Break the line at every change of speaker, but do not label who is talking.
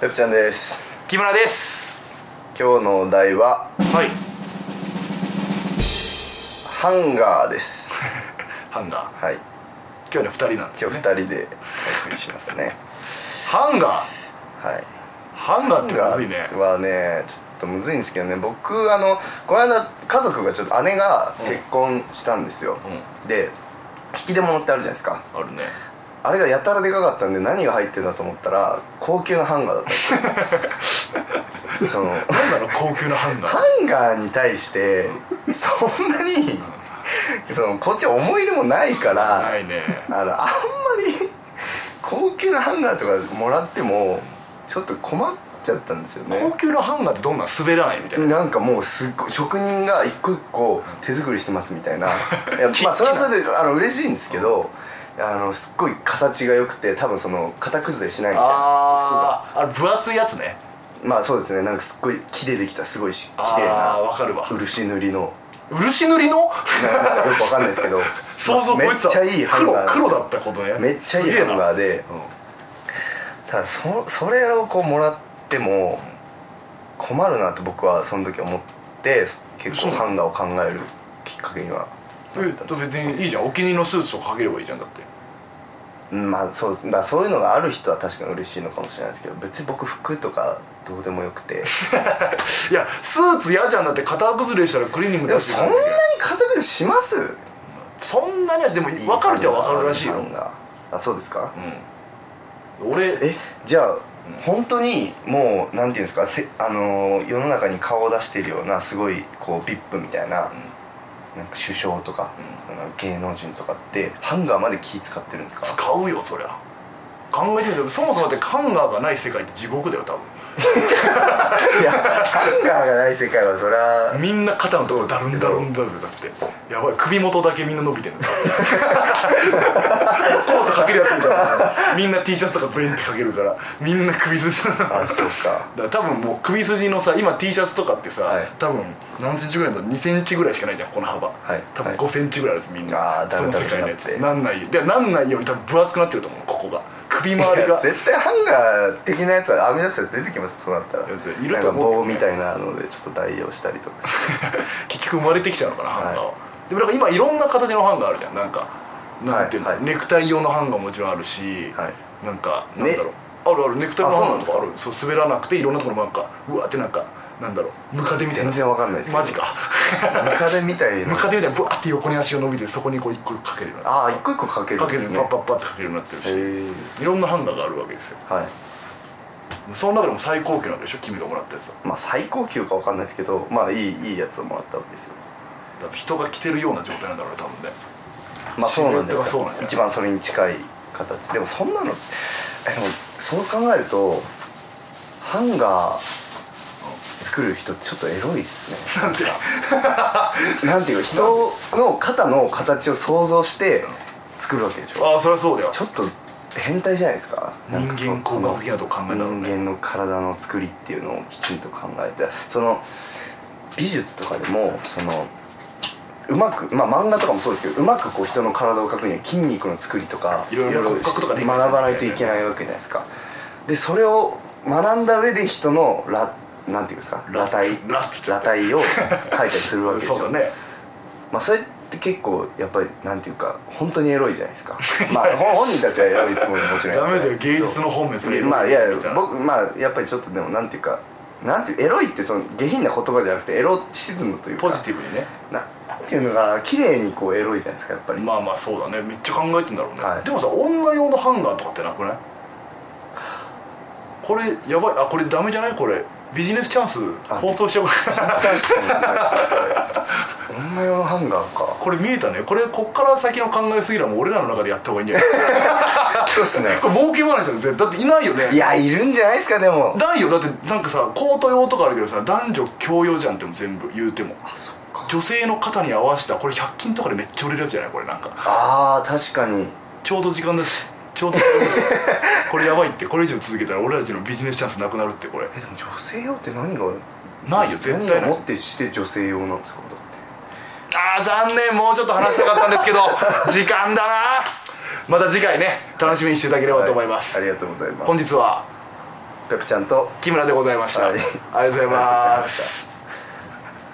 ペプちゃんです
木村です
今日のお題は
はい
ハンガー です
ハンガー
はい
今日の2人なんです
今
ね
日2人でお送りしますね
ハンガー
はい
ハンガーっ
ハ
て
ン
ま
ガ
ずいね
ーはねちょっとむずいんですけどね僕あのこの間家族がちょっと姉が結婚したんですよ、
う
で引き出物ってあるじゃないですか
あるね
あれがやたらでかかったんで何が入ってるんだと思ったら高級なハンガーだったん ですよその
ハンガーの高級なハンガ
ハ
ー
ンガーに対してそんなにそのこっちは思い入れもないから
ないね
あのあんまり高級なハンガーとかもらってもちょっと困っちゃったんですよね
高級なハンガーってどんなん滑らないみたいな
なんかもうすっごい職人が一個一個手作りしてますみたい ないやまあそれはそれであの嬉しいんですけどあのすっごい形が良くて多分その型崩れしないみたいな
あーあれ分厚いやつね
まあそうですねなんかすっごい木でできたすごいし綺麗
あー
な
わかるわ
漆塗りの
漆塗りの
なんかよくわかんないですけど
想像
めっ
こいつは
ちゃいいハン
黒
ガー
黒だったことね
めっちゃいい
すげえな
ハンガーで
うん
ただそそれをこうもらっても困るなと僕はその時思って結構ハンガーを考えるきっかけには
えだって別にいいじゃんお気に入りのスーツとかかければいいじゃんだって
うんまあそうですだからそういうのがある人は確かに嬉しいのかもしれないですけど別に僕服とかどうでもよく て
いやスーツ嫌じゃんだって肩崩れしたらクリーニング
で
だ
も
し
そんなに片付けします
そんなにはでも分かる人は分かるらしいよ
ハンガーあそうですか、
うん俺
えじゃあ、本当にもうなんていうんですかせあのー世の中に顔を出してるようなすごいこう VIP みたいな,、なんか首相とか、なんか芸能人とかってハンガーまで気使ってるんですか
使うよそりゃ考えてみてそもそもだってハンガーがない世界って地獄だよ多分
いやハンガーがない世界はそり ゃ
みんな肩のところだるんだるんだるんだってやばい首元だけみんな伸びて るんだコートかけるやつみたいなみんな T シャツとかブリンってかけるからみんな首筋なの
あそうか
だから多分もう首筋のさ今 T シャツとかってさ、
はい
多分何センチぐらいだ2センチぐらいしかないじゃんこの幅、
い
多分
はい
5センチぐらいあるんですみん
あ
な
ーだ
そ
る
の
だ
世
る
界のやつ
に
なんないよでなんないように多分分厚くなってると思うここが首周り
いや
が
絶対ハンガー的なやつは編み出すやつ出てきますそうなったら
いやいる
な
と
んか
思
棒
うけ
み
ど
たいなのでちょっと代用したり とかして
結局生まれてきちゃうのかなハンガーは、
は
でもなんか今いろんな形のハンガーあるじゃんなんかなんていうの、
はいはい
ネクタイ用のハンガーももちろんあるし、
はい
なんかなん
ね
だろう、あるあるネクタイの
あそう
ハ
な
ン
ん
ガー
で
と
す
か
か
あるそう滑らなくていろんなところもなんかうわってなんかなんだろうムカデみたいな
全然わかんないですけど
マジか
ムカデみたい
ム
な
カデみたいにブワーって横に足が伸びてそこにこう一個かけるようにな
ああ一個一個かける
か
ん
け
です
る
ね
パッパッパッてかけるようになってるし、
へえ
いろんなハンガーがあるわけですよ
はい
その中でも最高級なんでしょ君がもらったやつは
まあ最高級かわかんないですけどまあいいいいやつをもらったわけですよ
多分人が着てるような状態なんだろうね多分ね
まあそうなんで
シルエットが
す
そう
よ
なんだ
一番それに近い形でもそんなのえでもそう考えるとハンガー作る人ってちょっとエロいっす
なんて
ねなんていうか人の肩の形を想像して作るわけでしょ
ああそりゃそうだよ
ちょっと変態じゃないですか
人間工学的なとこ考えたら
人
ね
間の体の作りっていうのをきちんと考えてその美術とかでもそのうまくまあ漫画とかもそうですけどうまくこう人の体を描くには筋肉の作りとか
いろいろ骨格とかできない
学ばないといけないわけじゃないですかでそれを学んだ上で人のらなんていうんですか
ら
裸体
らっつっちゃ
裸
った
体を描いたりするわけでしょ
そうだね
まあそれって結構やっぱりなんていうか本当にエロいじゃないですか まあ本本人たちはエロいつもりもちろん
ダメだよ
やってないですけ
芸
ど
術の方面それ
まあいや
みたな
僕まあやっぱりちょっとでもなんていうかなんていうエロいってその下品な言葉じゃなくてエロチシズムというか
ポジティブにね
ななんていうのかな綺麗にこうエロいじゃないですかやっ ぱり、
まあまあそうだねめっちゃ考えてんだろうね、
はい
でもさ女用のハンガーとかってなくないこれやばいあこれダメじゃないこれビジネスチャンス放送しちゃおう かな
そうですかもしれないですね女用のハンガーか
これ見えたねこれこっから先の考えすぎたらもう俺らの中でやった方がいいんじゃない
そうですね
これ儲け話だよ絶対だっていないよね
いやいるんじゃないですかでも
ないよだってなんかさコート用とかあるけどさ男女共用じゃんっても全部言うても
そっか
女性の肩に合わせたこれ100均とかでめっちゃ売れるやつじゃないこれなんか
ああ確かに
ちょうど時間だしちょうど時間だしこれやばいってこれ以上続けたら俺たちのビジネスチャンスなくなるってこれ
えでも女性用って何が
ないよ絶対ない
何をもってして女性用なんですかだって
あー残念もうちょっと話したかったんですけど時間だなまた次回ね楽しみにしていただければと思います、
はありがとうございます
本日は
ペプちゃんと
木村でございました、
はい
ありがとうございます